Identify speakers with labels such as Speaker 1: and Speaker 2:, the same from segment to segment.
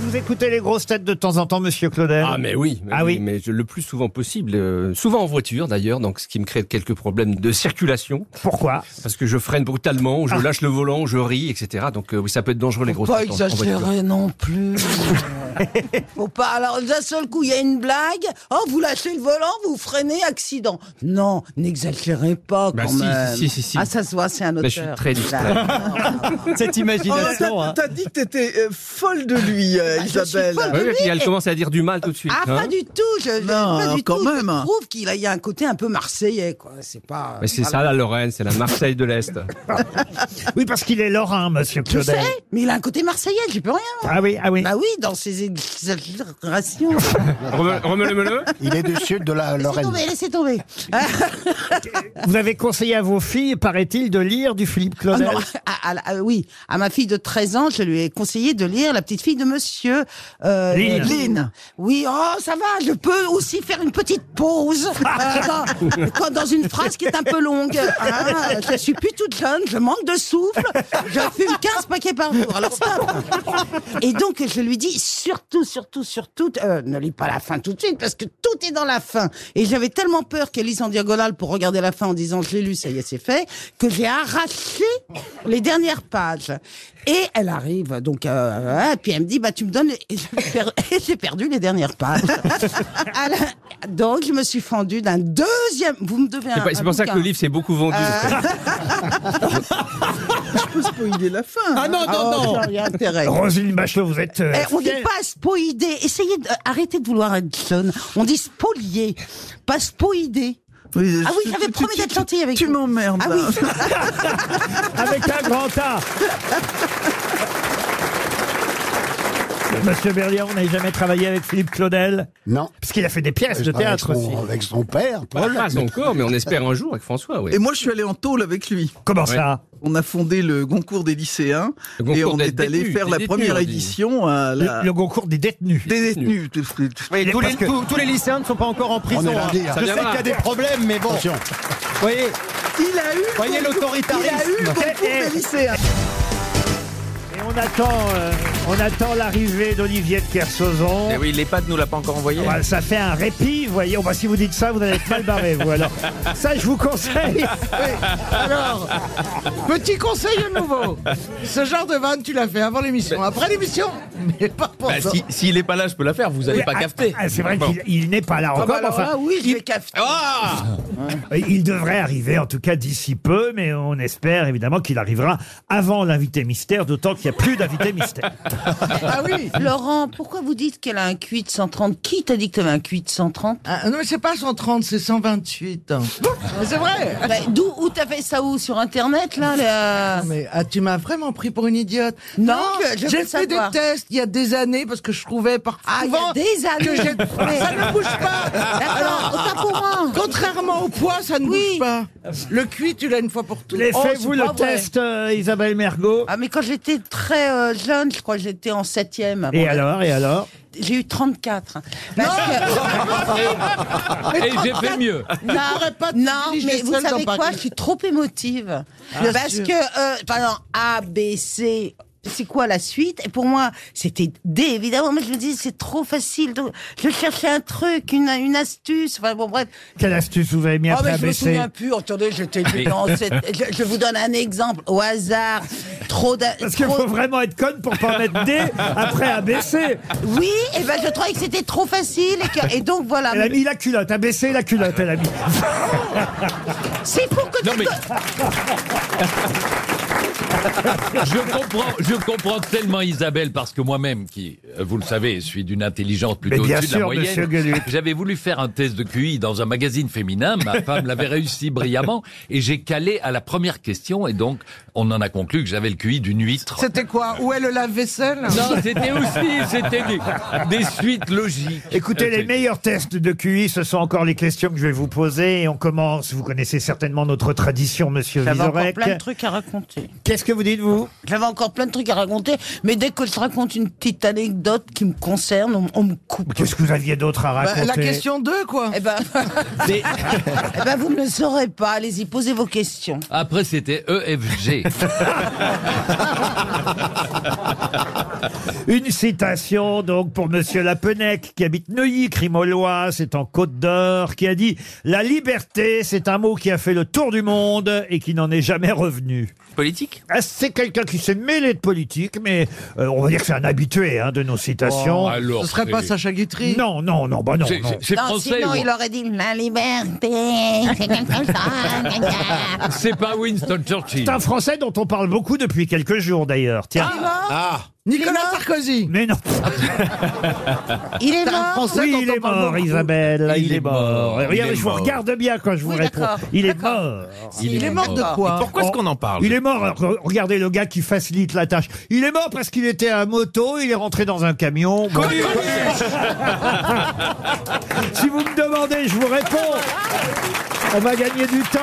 Speaker 1: vous écoutez les grosses têtes de temps en temps, monsieur Claudel
Speaker 2: Ah mais oui, mais
Speaker 1: Ah oui.
Speaker 2: mais je- le plus souvent possible, euh, souvent en voiture d'ailleurs, donc ce qui me crée quelques problèmes de circulation,
Speaker 1: Pourquoi
Speaker 2: parce que je freine brutalement, je lâche le volant, je ris, etc. Donc euh, oui, ça peut être dangereux les grosses
Speaker 3: Pas
Speaker 2: têtes en- en voiture.
Speaker 3: exagérer non plus. Faut pas. Alors d'un seul coup, il y a une blague. Oh, vous lâchez le volant, vous freinez, accident. Non, n'exagérez pas
Speaker 2: Bah
Speaker 3: quand
Speaker 2: si,
Speaker 3: même.
Speaker 2: si, si, si, si. Bah,
Speaker 3: Ah, ça se voit, c'est un auteur.
Speaker 2: je suis très distrait.
Speaker 4: Cette
Speaker 1: Oh,
Speaker 4: imagination. hein.
Speaker 5: T'as dit que t'étais euh, folle de lui, euh,
Speaker 3: Ah. je suis
Speaker 5: Isabelle.
Speaker 3: folle.
Speaker 2: Oui, oui, et puis elle commence à dire du mal tout de suite.
Speaker 3: Ah,
Speaker 2: hein.
Speaker 3: pas du tout. Je, je-
Speaker 5: Non,
Speaker 3: pas du
Speaker 5: quand
Speaker 3: tout.
Speaker 5: même.
Speaker 3: Je trouve qu'il a- il y a un côté un peu marseillais, quoi. C'est pas.
Speaker 2: Mais Bah, c'est
Speaker 3: voilà.
Speaker 2: ça la Lorraine, c'est la Marseille de l'Est.
Speaker 1: Oui, parce qu'il est lorrain, monsieur
Speaker 3: Je
Speaker 1: Claudel.
Speaker 3: sais, mais il a un côté marseillais, j'y peux rien.
Speaker 1: Ah oui, ah oui.
Speaker 3: Bah oui, dans ses exagérations.
Speaker 2: Remets-le-le
Speaker 6: Il est du sud de la
Speaker 3: laissez
Speaker 6: Lorraine.
Speaker 3: tomber, laissez tomber.
Speaker 1: Vous avez conseillé à vos filles, paraît-il, de lire du Philippe
Speaker 3: Ah
Speaker 1: Claudel.
Speaker 3: non, à- à- à- oui, à ma fille de 13 ans, je lui ai conseillé de lire La petite fille de monsieur. euh,
Speaker 1: Lynn.
Speaker 3: Oui, oh, ça va, je peux aussi faire une petite pause euh, quand, quand dans une phrase qui est un peu longue. hein. je suis plus toute jeune, je manque de souffle, je fume 15 paquets par jour. Alors stop Et donc, je lui dis surtout, surtout, surtout, euh, ne lis pas la fin tout de suite parce que tout est dans la fin. Et j'avais tellement peur qu'elle lise en diagonale pour regarder la fin en disant je l'ai lu, ça y est, c'est fait, que j'ai arraché les dernières pages. Et elle arrive, donc, euh, ouais, puis elle me dit bah tu me donnes, les- et j'ai per- et j'ai perdu les dernières pages. À la- donc, je me suis fendue d'un deuxième. Vous me devez un.
Speaker 2: C'est pas- c'est pour
Speaker 3: un
Speaker 2: ça que
Speaker 3: bouquin.
Speaker 2: le livre s'est beaucoup vendu.
Speaker 5: Je peux spoiler la fin.
Speaker 4: Ah non,
Speaker 3: Oh,
Speaker 4: non, non.
Speaker 3: ça, il y a intérêt.
Speaker 1: Roselyne Bachelot, vous êtes. euh,
Speaker 3: Eh, on dit
Speaker 1: fière.
Speaker 3: pas spoider. Essayez de, euh, arrêtez de vouloir être jeune. On dit spolier, pas spoider.
Speaker 5: Oui,
Speaker 3: Ah oui,
Speaker 5: je-
Speaker 3: j'avais
Speaker 5: tu-
Speaker 3: promis
Speaker 5: tu-
Speaker 3: d'être gentille avec
Speaker 5: Tu
Speaker 3: vous.
Speaker 5: m'emmerdes.
Speaker 3: Ah
Speaker 5: là.
Speaker 3: oui.
Speaker 1: Avec un grand A. Monsieur Berlier, on n'a jamais travaillé avec Philippe Claudel
Speaker 6: Non.
Speaker 1: Parce qu'il a fait des pièces de
Speaker 6: Eh, Je travaille
Speaker 1: théâtre
Speaker 6: avec
Speaker 1: aussi.
Speaker 6: son- Avec son père, Paul.
Speaker 2: Pas encore, mais on espère un jour avec François. Oui.
Speaker 5: Et moi, je suis allé en tôle avec lui.
Speaker 1: Comment ça
Speaker 5: On a fondé le Goncourt des lycéens
Speaker 2: Le Goncourt
Speaker 5: et on
Speaker 2: des
Speaker 5: est allé
Speaker 2: détenus,
Speaker 5: faire
Speaker 2: des
Speaker 5: la
Speaker 2: détenus,
Speaker 5: première
Speaker 2: on dit.
Speaker 5: édition à la...
Speaker 1: le, le concours des détenus.
Speaker 5: des détenus.
Speaker 4: Oui, tous,
Speaker 1: parce
Speaker 4: les,
Speaker 1: que-
Speaker 4: tous- tous les lycéens ne sont pas encore en prison.
Speaker 6: On est lundi, hein.
Speaker 2: Ça
Speaker 4: Je sais
Speaker 2: viendra.
Speaker 4: qu'il y a des problèmes, mais bon.
Speaker 6: Attention.
Speaker 4: Vous voyez,
Speaker 5: Il a eu.
Speaker 4: voyez
Speaker 5: Il a
Speaker 4: l'autoritarisme. Eh,
Speaker 5: eu le Goncourt des lycéens.
Speaker 1: Et on attend, euh, on attend l'arrivée d'Olivier de Kersauzon.
Speaker 7: Eh oui, l'EHPAD nous l'a pas encore envoyé.
Speaker 1: Ouais, ça fait un répit, vous voyez. Oh, bah, si vous dites ça, vous allez être mal barré, vous. Alors, ça, je vous conseille.
Speaker 4: Alors, petit conseil à nouveau. Ce genre de vanne, tu l'as fait avant l'émission, après l'émission, mais pas pour
Speaker 7: Bah, si- S'il n'est pas là, je peux la faire, vous n'allez pas
Speaker 1: Ah,
Speaker 7: capter.
Speaker 1: ah, c'est vrai
Speaker 7: Bon.
Speaker 1: qu'il il n'est pas là encore. mais
Speaker 3: Alors
Speaker 1: enfin,
Speaker 3: là, oui, je vais cafeter.
Speaker 7: Ah
Speaker 1: il devrait arriver, en tout cas d'ici peu, mais on espère évidemment qu'il arrivera avant l'invité mystère, d'autant qu'il n'y a plus d'invité mystère.
Speaker 4: Ah oui.
Speaker 3: Laurent, pourquoi vous dites qu'elle a un QI de 130 Qui t'a dit que t'avais un QI de 130
Speaker 4: Ah, non, mais c'est pas 130, c'est 128. Mais Ah, c'est vrai.
Speaker 3: Bah, D'où où t'as fait ça où Sur Internet, là la-
Speaker 4: Mais ah, tu m'as vraiment pris pour une idiote.
Speaker 3: Non,
Speaker 4: Donc,
Speaker 3: je veux
Speaker 4: j'ai fait
Speaker 3: savoir.
Speaker 4: des tests il y a des années parce que je trouvais par
Speaker 3: Ah, il y
Speaker 4: souvent
Speaker 3: a des
Speaker 4: que j'ai-
Speaker 3: années.
Speaker 4: ça ne bouge pas.
Speaker 3: D'accord, autant pour moi.
Speaker 4: Contrairement au poids, ça ne
Speaker 3: Oui.
Speaker 4: bouge pas. Le cuit, tu l'as une fois pour toutes.
Speaker 3: Oh,
Speaker 1: Laissez-vous
Speaker 3: c'est
Speaker 1: le
Speaker 3: pas vrai.
Speaker 1: test, euh, Isabelle Mergot.
Speaker 3: Ah, mais quand j'étais très euh, jeune, je crois que j'étais en septième.
Speaker 1: Et
Speaker 3: Bon,
Speaker 1: alors, et alors
Speaker 3: J'ai eu 34.
Speaker 4: Oh,
Speaker 3: Parce
Speaker 7: Et j'ai fait mieux.
Speaker 3: que- non,
Speaker 4: pourrais pas te
Speaker 3: non,
Speaker 4: diriger
Speaker 3: mais vous
Speaker 4: seule
Speaker 3: savez
Speaker 4: dans
Speaker 3: quoi
Speaker 4: Paris.
Speaker 3: Je suis trop émotive.
Speaker 4: Bien
Speaker 3: parce
Speaker 4: sûr.
Speaker 3: que, euh, par exemple, A, B, C, c'est quoi la suite Et pour moi, c'était D, évidemment. Mais je me disais, c'est trop facile. Donc, je cherchais un truc, une, une astuce. Enfin, bon, bref.
Speaker 1: Quelle astuce vous avez mis
Speaker 3: Ah,
Speaker 1: après
Speaker 3: mais je me
Speaker 1: ABC
Speaker 3: souviens plus. Attendez, j'étais étudiant. C'est- je, je vous donne un exemple au hasard. Trop d'a-
Speaker 1: Parce qu'il
Speaker 3: trop-
Speaker 1: faut vraiment être conne pour pas en mettre D après ABC.
Speaker 3: Oui, et ben je trouvais que c'était trop facile et, que- et donc voilà.
Speaker 1: Elle a mis la culotte, ABC la culotte, elle a mis.
Speaker 3: C'est pour que
Speaker 7: Non,
Speaker 3: tu-
Speaker 7: mais- Je comprends, je comprends tellement Isabelle parce que moi-même, qui, euh, vous le savez, suis d'une intelligence plutôt
Speaker 1: Mais bien
Speaker 7: au-dessus de la
Speaker 1: sûr, monsieur Gueluc.
Speaker 7: moyenne, j'avais voulu faire un test de QI dans un magazine féminin. Ma femme l'avait réussi brillamment et j'ai calé à la première question et donc on en a conclu que j'avais le QI d'une huître.
Speaker 4: C'était quoi Où est le lave-vaisselle
Speaker 7: Non, c'était aussi, c'était des, des suites logiques.
Speaker 1: Écoutez, les
Speaker 7: Euh,
Speaker 1: meilleurs tests de QI, ce sont encore les questions que je vais vous poser. Et on commence, vous connaissez certainement notre tradition, monsieur
Speaker 3: J'avais encore
Speaker 1: Vizorek.
Speaker 3: plein de trucs à raconter.
Speaker 1: Qu'est-ce que vous dites, vous
Speaker 3: J'avais encore plein de trucs à raconter, mais dès que je raconte une petite anecdote qui me concerne, on, on me coupe.
Speaker 1: Qu'est-ce que vous aviez d'autre à
Speaker 4: Bah,
Speaker 1: raconter
Speaker 4: La question 2, quoi.
Speaker 3: Eh ben, Eh ben, vous ne le saurez pas. Allez-y, posez vos questions.
Speaker 7: E Après, c'était EFG.
Speaker 1: Une citation donc pour Monsieur Lapenec qui habite Neuilly, Crimolois, c'est en Côte d'Or, qui a dit La liberté, c'est un mot qui a fait le tour du monde et qui n'en est jamais revenu.
Speaker 7: Politique
Speaker 1: Ah, c'est quelqu'un qui s'est mêlé de politique, mais euh, on va dire que c'est un habitué hein, de nos citations.
Speaker 7: Oh, Alors,
Speaker 4: Ce serait pas
Speaker 7: c'est-
Speaker 4: Sacha Guitry
Speaker 1: non, non, non, bah non.
Speaker 7: C'est
Speaker 1: non.
Speaker 7: c'est- c'est
Speaker 8: Non,
Speaker 7: français.
Speaker 8: sinon,
Speaker 7: ou-
Speaker 8: il aurait dit la liberté, c'est quelque chose. gna, gna.
Speaker 7: C'est pas Winston Churchill.
Speaker 1: C'est un Français dont on parle beaucoup depuis quelques jours d'ailleurs. Tiens.
Speaker 4: Ah, Nicolas Sarkozy
Speaker 1: Mais non.
Speaker 3: Il est
Speaker 4: T'as un
Speaker 3: mort.
Speaker 4: Français
Speaker 1: oui,
Speaker 4: dont
Speaker 1: il
Speaker 4: on
Speaker 1: est
Speaker 4: parle
Speaker 1: mort,
Speaker 4: beaucoup.
Speaker 1: Isabelle. Il, est mort.
Speaker 7: Il
Speaker 1: Regardez,
Speaker 7: est
Speaker 1: je vous
Speaker 7: mort.
Speaker 1: regarde bien quand je vous
Speaker 3: Oui,
Speaker 1: réponds.
Speaker 3: d'accord.
Speaker 1: Il est
Speaker 3: D'accord.
Speaker 1: mort.
Speaker 4: Il est mort de quoi
Speaker 9: Pourquoi est-ce qu'on en parle
Speaker 1: Il est mort. Re- Regardez le gars qui facilite la tâche. Il est mort parce qu'il était à moto. Il est rentré dans un camion. Bon. si vous me demandez, je vous réponds. On va gagner du temps.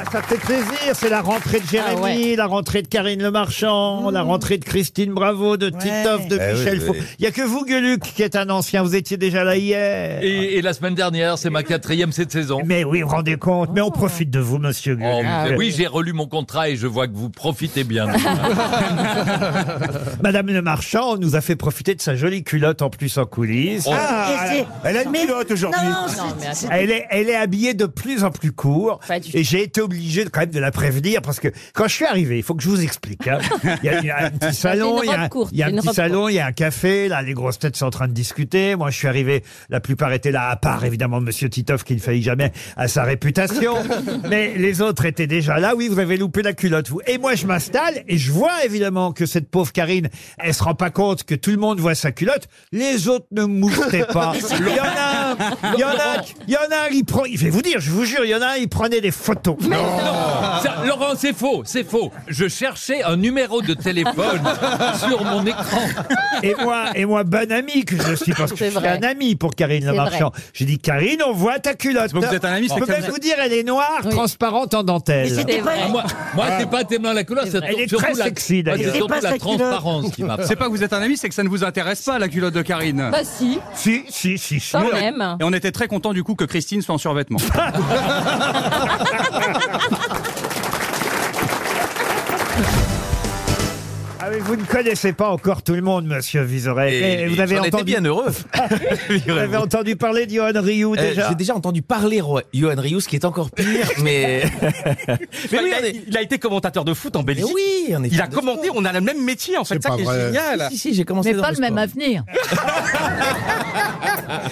Speaker 1: Ah, Ça fait plaisir, c'est la rentrée de Jérémy,
Speaker 3: Ah ouais. Mmh.
Speaker 1: la rentrée de Karine Le Marchand, la rentrée de Christine Bravo, de Titoff, de
Speaker 7: Eh
Speaker 1: Michel Faux. Il n'y a que vous, Gueluc, qui êtes un ancien, vous étiez déjà là hier.
Speaker 7: Et, et la semaine dernière, c'est ma quatrième cette saison.
Speaker 1: Mais Ah, oui, vous vous rendez compte,
Speaker 3: Oh.
Speaker 1: mais on profite de vous, monsieur Gueluc. Euh,
Speaker 7: Oh, mais- oui, j'ai relu mon contrat et je vois que vous profitez bien.
Speaker 1: Oh. Madame Le Marchand nous a fait profiter de sa jolie culotte en plus en coulisses.
Speaker 7: Oh.
Speaker 1: Ah,
Speaker 9: Elle a une culotte aujourd'hui.
Speaker 1: elle est, elle est habillée de plus en plus court
Speaker 8: Pas du
Speaker 1: et j'ai été obligé de- quand même de la prévenir parce que quand je suis arrivé, il faut que je vous explique. hein. Il y a- il y a un petit salon,
Speaker 8: une
Speaker 1: il y a,
Speaker 8: robe
Speaker 1: un-
Speaker 8: courte,
Speaker 1: il y a un
Speaker 8: une
Speaker 1: petit
Speaker 8: robe
Speaker 1: salon, il y a un café. Là, les grosses têtes sont en train de discuter. Moi, je suis arrivé, la plupart étaient là, à part évidemment Monsieur Titoff qui ne faillit jamais à sa réputation, mais les autres étaient déjà là. Oui, vous avez loupé la culotte, vous. Et moi, je m'installe et je vois évidemment que cette pauvre Karine, elle se rend pas compte que tout le monde voit sa culotte. Les autres ne moustaient pas. Il y en a, un, il y en a, un qui- il y en a, un, il prend. Il fait vous dire, je vous jure, il y en a, un, il prenait des photos.
Speaker 7: Ça, Laurent, c'est faux, c'est faux. Je cherchais un numéro de téléphone sur mon écran.
Speaker 1: Et moi, et moi, bon ami que je suis, parce que je suis
Speaker 8: vrai.
Speaker 1: un ami pour Karine Le
Speaker 8: C'est
Speaker 1: Marchand. J'ai dit, Karine, on voit ta culotte.
Speaker 9: que vous êtes un ami, c'est
Speaker 1: Je peux
Speaker 9: que ça
Speaker 1: même
Speaker 9: vous-
Speaker 1: vous dire, elle est noire, transparente en dentelle.
Speaker 8: C'est vrai.
Speaker 7: Ah, Moi, moi c'est pas tellement la couleur, c'est
Speaker 1: Elle est
Speaker 7: surtout
Speaker 1: très
Speaker 7: la,
Speaker 1: sexy, d'ailleurs.
Speaker 7: moi, c'est
Speaker 1: C'est
Speaker 7: surtout la transparence qui m'a.
Speaker 9: C'est pas que vous êtes un ami, c'est que ça ne vous intéresse pas, la culotte de Karine.
Speaker 8: Bah si,
Speaker 1: Si, si, si, si.
Speaker 8: quand même.
Speaker 9: Et on était très content du coup que Christine soit en survêtement.
Speaker 1: Ah oui, vous ne connaissez pas encore tout le monde, monsieur Vizorek. Et Eh, vous avez
Speaker 9: j'en étais
Speaker 1: entendu,
Speaker 9: bien Eh, heureux.
Speaker 1: vous avez entendu parler d'Yohan Ryu,
Speaker 10: Euh,
Speaker 1: déjà?
Speaker 10: J'ai déjà entendu parler Roi- Johan Rius, qui est encore pire, mais.
Speaker 9: Mais oui,
Speaker 10: il a-
Speaker 9: on est- il a été commentateur de foot en
Speaker 10: mais
Speaker 1: Eh
Speaker 9: Belgique.
Speaker 10: oui, on est
Speaker 9: Il a
Speaker 10: fan de
Speaker 9: commenté,
Speaker 10: sport.
Speaker 9: on a le même métier en fait,
Speaker 6: C'est
Speaker 9: ça
Speaker 6: pas
Speaker 9: qui est
Speaker 6: vrai.
Speaker 9: génial.
Speaker 10: Si, si, j'ai commencé dans sport.
Speaker 8: avenir.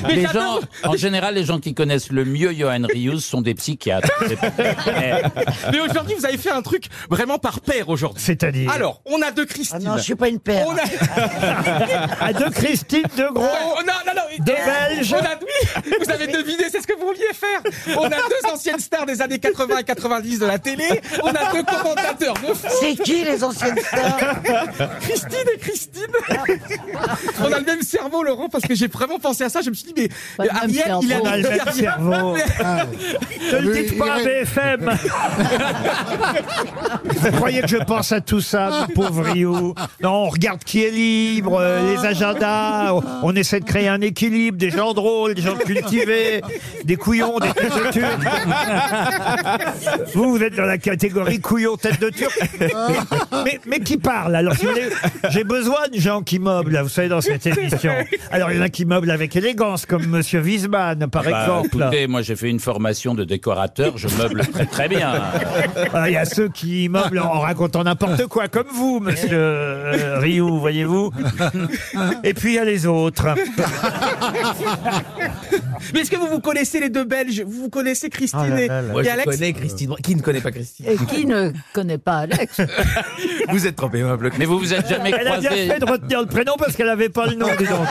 Speaker 9: Mais
Speaker 11: Les gens,
Speaker 9: j'adore.
Speaker 11: en général, les gens qui connaissent le mieux Johan Rius sont des psychiatres.
Speaker 9: Mais aujourd'hui, vous avez fait un truc vraiment par paire aujourd'hui.
Speaker 1: C'est-à-dire?
Speaker 9: Alors, on a deux
Speaker 3: Ah
Speaker 9: Christine.
Speaker 3: non, je suis pas une paire.
Speaker 9: on a
Speaker 1: À deux Christine de Gros.
Speaker 9: Oh, non, non, Oh, non, oui.
Speaker 1: Deux Belges.
Speaker 9: On a- oui, vous avez deviné, c'est ce que vous vouliez faire. On a deux anciennes stars des années 80 et 90 de la télé. On a deux commentateurs de foot,
Speaker 3: C'est qui les anciennes stars
Speaker 9: Christine et Christine.
Speaker 3: Ah.
Speaker 9: On a le même cerveau, Laurent, parce que j'ai vraiment pensé à ça. Je me suis dit, mais
Speaker 8: Pas le même
Speaker 9: Ariel, il a
Speaker 1: On a le même cerveau. Ne le dites pas à BFM. Vous croyez que je pense à tout ça, mon pauvre Rio Non, on regarde qui est libre, euh, les agendas. on- On essaie de créer un équilibre, des gens drôles, des gens cultivés, des couillons, des têtes de turc. Vous, vous êtes dans la catégorie couillon, tête de turc. Mais, mais qui parle Alors, si vous voulez, j'ai besoin de gens qui meublent, vous savez, dans cette émission. Alors, il y en a qui meublent avec élégance, comme Monsieur Wiesmann, par
Speaker 11: Bah,
Speaker 1: exemple.
Speaker 11: écoutez, moi, j'ai fait une formation de décorateur. Je meuble très très bien.
Speaker 1: Ah, Il y a ceux qui immeublent en racontant n'importe quoi, comme vous, monsieur euh, Rioux, voyez-vous. Et puis il y a les autres.
Speaker 9: Mais est-ce que vous vous connaissez les deux Belges Vous vous connaissez Christine
Speaker 10: Ah là
Speaker 9: et,
Speaker 10: là là.
Speaker 9: et
Speaker 10: Moi, je
Speaker 9: Alex
Speaker 10: connais Christine. Bra- Qui ne connaît pas Christine
Speaker 8: Et qui ne connaît pas Alex
Speaker 10: Vous êtes trop aimable.
Speaker 11: Mais vous vous êtes jamais
Speaker 1: Elle a bien
Speaker 11: croisés.
Speaker 1: fait de retenir le prénom parce qu'elle n'avait pas le nom, dis donc.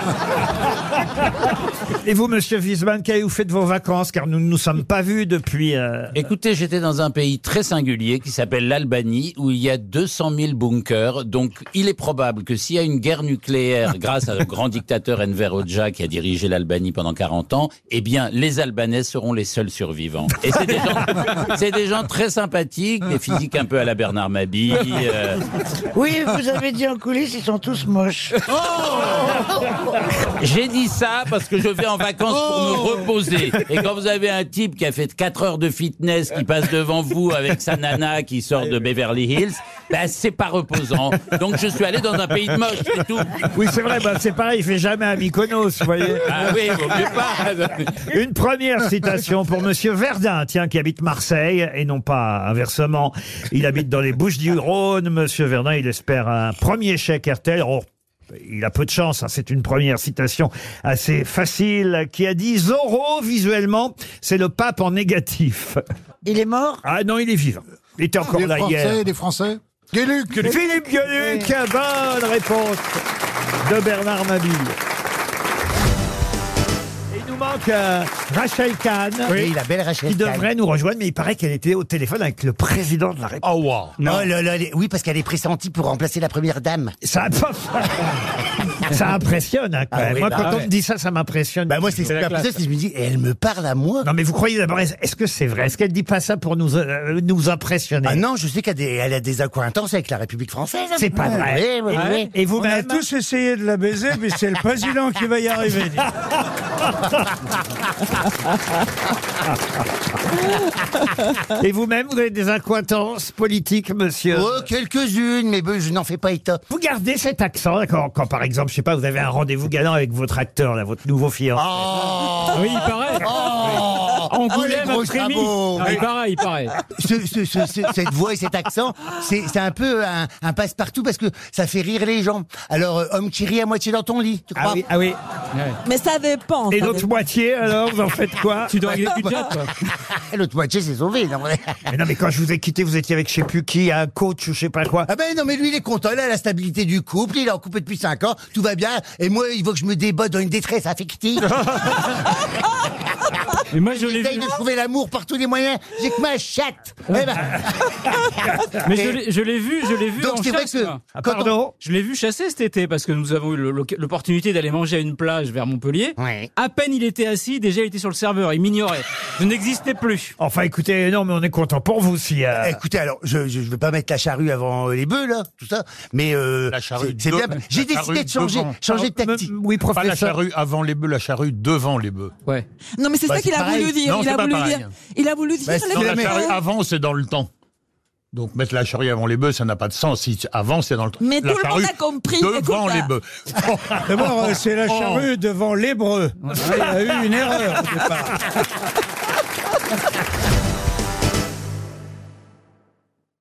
Speaker 1: Et vous, monsieur Wiesmann, qu'avez-vous fait de vos vacances Car nous ne nous sommes pas vus depuis. euh,
Speaker 11: Écoutez, j'étais dans un pays très singulier qui s'appelle l'Albanie, où il y a 200 000 bunkers. Donc, il est probable que s'il y a une guerre nucléaire, grâce à le grand dictateur Enver Hoxha qui a dirigé l'Albanie pendant 40 ans, eh bien, les Albanais seront les seuls survivants. Et c'est des gens, c'est des gens très sympathiques, des physiques un peu à la Bernard Mabille. euh,
Speaker 3: Oui, vous avez dit en coulisses, ils sont tous
Speaker 12: tous moches.
Speaker 11: J'ai dit ça parce que je vais en vacances pour me reposer. Et quand vous avez un type qui a fait 4 heures de fitness, qui passe devant vous avec sa nana qui sort de Beverly Hills, ben c'est pas reposant. Donc je suis allé dans un pays de moche, c'est tout.
Speaker 1: Oui, c'est vrai, bah, c'est pareil, il fait jamais un Mykonos, vous voyez.
Speaker 11: Ah oui, vaut mieux pas.
Speaker 1: Une première citation pour Monsieur Verdun, tiens, qui habite Marseille, et non pas inversement. Il habite dans les Bouches du Rhône. Monsieur Verdun, il espère un premier chèque RTL. Oh, il a peu de chance, hein, c'est une première citation assez facile, qui a dit Zorro, visuellement, c'est le pape en négatif.
Speaker 12: Il est mort
Speaker 1: Ah non, il est vivant. Il était encore
Speaker 6: Des
Speaker 1: là hier.
Speaker 6: Français, des Français Gueluc
Speaker 1: Philippe Gueluc, bonne réponse de Bernard Mabille. Et Il nous manque euh, Rachel Kahn.
Speaker 6: Oui, la belle Rachel
Speaker 1: Qui
Speaker 6: Kahn.
Speaker 1: devrait nous rejoindre, mais il paraît qu'elle était au téléphone avec le président de la République.
Speaker 6: Oh, wow. Non. là, là, les- oui, parce qu'elle est pressentie pour remplacer la première dame.
Speaker 1: Ça, ça impressionne, hein, quand
Speaker 6: Ah
Speaker 1: même.
Speaker 6: oui,
Speaker 1: moi,
Speaker 6: bah
Speaker 1: quand on
Speaker 6: ouais.
Speaker 1: me dit ça, ça m'impressionne.
Speaker 6: Bah, moi, c'est
Speaker 1: la
Speaker 6: super
Speaker 1: classe.
Speaker 6: bizarre, c'est que je me dis, et elle me parle à moi.
Speaker 1: Non, mais vous croyez d'abord, est-ce est-ce que c'est vrai Est-ce qu'elle dit pas ça pour nous, euh, nous impressionner
Speaker 6: Ah non, je sais qu'elle a des, elle a des accointances avec la République française.
Speaker 1: C'est pas vrai.
Speaker 6: Oui, oui, oui.
Speaker 1: Et
Speaker 12: On a
Speaker 1: vous-même
Speaker 12: ben, tous essayé de la baiser, mais c'est le président qui va y arriver. dis.
Speaker 1: Et vous-même, vous avez des accointances politiques, monsieur
Speaker 6: Oh, quelques-unes, mais ben, je n'en fais pas état.
Speaker 1: Vous gardez cet accent là, quand, quand, par exemple, je sais pas, vous avez un rendez-vous galant avec votre acteur, là, votre nouveau fiancé.
Speaker 6: Ah.
Speaker 9: Ah Oui, il paraît.
Speaker 6: Oh,
Speaker 9: Angoulême,
Speaker 6: oh, les gros
Speaker 9: Trémy.
Speaker 6: sabots.
Speaker 9: Il paraît, il paraît.
Speaker 6: Ce- ce- ce- ce- cette voix et cet accent, c'est c'est un peu un, un passe-partout parce que ça fait rire les gens. Alors, euh, homme qui rit à moitié dans ton lit, tu crois
Speaker 1: Ah oui, ah oui.
Speaker 13: Mais ça dépend.
Speaker 1: Et
Speaker 13: ça
Speaker 1: l'autre moitié, alors, vous en faites quoi Ah, bah.
Speaker 9: Tu dois régler une job.
Speaker 6: L'autre moitié s'est sauvée. non, mais-
Speaker 1: Mais non, mais quand je vous ai quitté, vous étiez avec je sais plus qui, un coach ou je sais pas quoi.
Speaker 6: Ah ben non, mais lui, il est content, il a la stabilité du couple, il est en couple depuis 5 ans, tout va bien, et moi, il faut que je me débotte dans une détresse affective.
Speaker 9: Et moi, je l'ai
Speaker 6: J'essaye
Speaker 9: vu.
Speaker 6: de trouver l'amour par tous les moyens, j'ai que ma chatte. Eh ben,
Speaker 9: Mais je l'ai- je l'ai vu, je l'ai vu
Speaker 6: Donc,
Speaker 9: en
Speaker 6: c'est vrai
Speaker 9: chasse,
Speaker 6: que
Speaker 9: moi.
Speaker 1: Ah,
Speaker 6: quand
Speaker 1: pardon
Speaker 9: Je l'ai vu chasser cet été parce que nous avons eu le- l'oc- l'opportunité d'aller manger à une plage vers Montpellier.
Speaker 6: Ouais.
Speaker 9: À peine il était assis, déjà il était sur le serveur, il m'ignorait. Je n'existais plus.
Speaker 1: Enfin, écoutez, non, mais on est content pour vous si. euh,
Speaker 6: Écoutez, alors, je, je, je veux pas mettre la charrue avant euh, les bœufs, là, tout ça, mais euh,
Speaker 14: La charrue
Speaker 6: c'est- c'est
Speaker 14: de-
Speaker 6: bien.
Speaker 14: la
Speaker 6: J'ai décidé
Speaker 14: charrue
Speaker 6: de changer,
Speaker 14: devant.
Speaker 6: changer de
Speaker 1: me-
Speaker 6: tactique.
Speaker 1: oui,
Speaker 14: Pas la
Speaker 1: professeur.
Speaker 14: charrue avant les bœufs, la charrue devant les bœufs.
Speaker 9: Ouais.
Speaker 13: dépend. Non, mais c'est
Speaker 14: Bah,
Speaker 13: ça qu'il
Speaker 14: c'est
Speaker 13: a voulu
Speaker 14: pareil.
Speaker 13: dire.
Speaker 14: Non,
Speaker 13: il,
Speaker 14: c'est
Speaker 13: a
Speaker 14: pas
Speaker 13: voulu
Speaker 14: pareil.
Speaker 13: dire il a voulu dire.
Speaker 6: Bah, c'est
Speaker 14: Non,
Speaker 13: les
Speaker 14: la
Speaker 6: Mais-
Speaker 14: charrue
Speaker 13: bœufs.
Speaker 14: avant, c'est dans le temps. Donc mettre la charrue avant les bœufs, ça n'a pas de sens. Si avant, c'est dans le temps.
Speaker 13: Mais
Speaker 14: La
Speaker 13: tout le monde
Speaker 14: charrue
Speaker 13: a compris,
Speaker 14: Devant
Speaker 13: écoute,
Speaker 14: les
Speaker 13: là.
Speaker 14: bœufs.
Speaker 12: D'abord, euh, c'est la charrue devant l'hébreu. Il y a eu une erreur. au départ.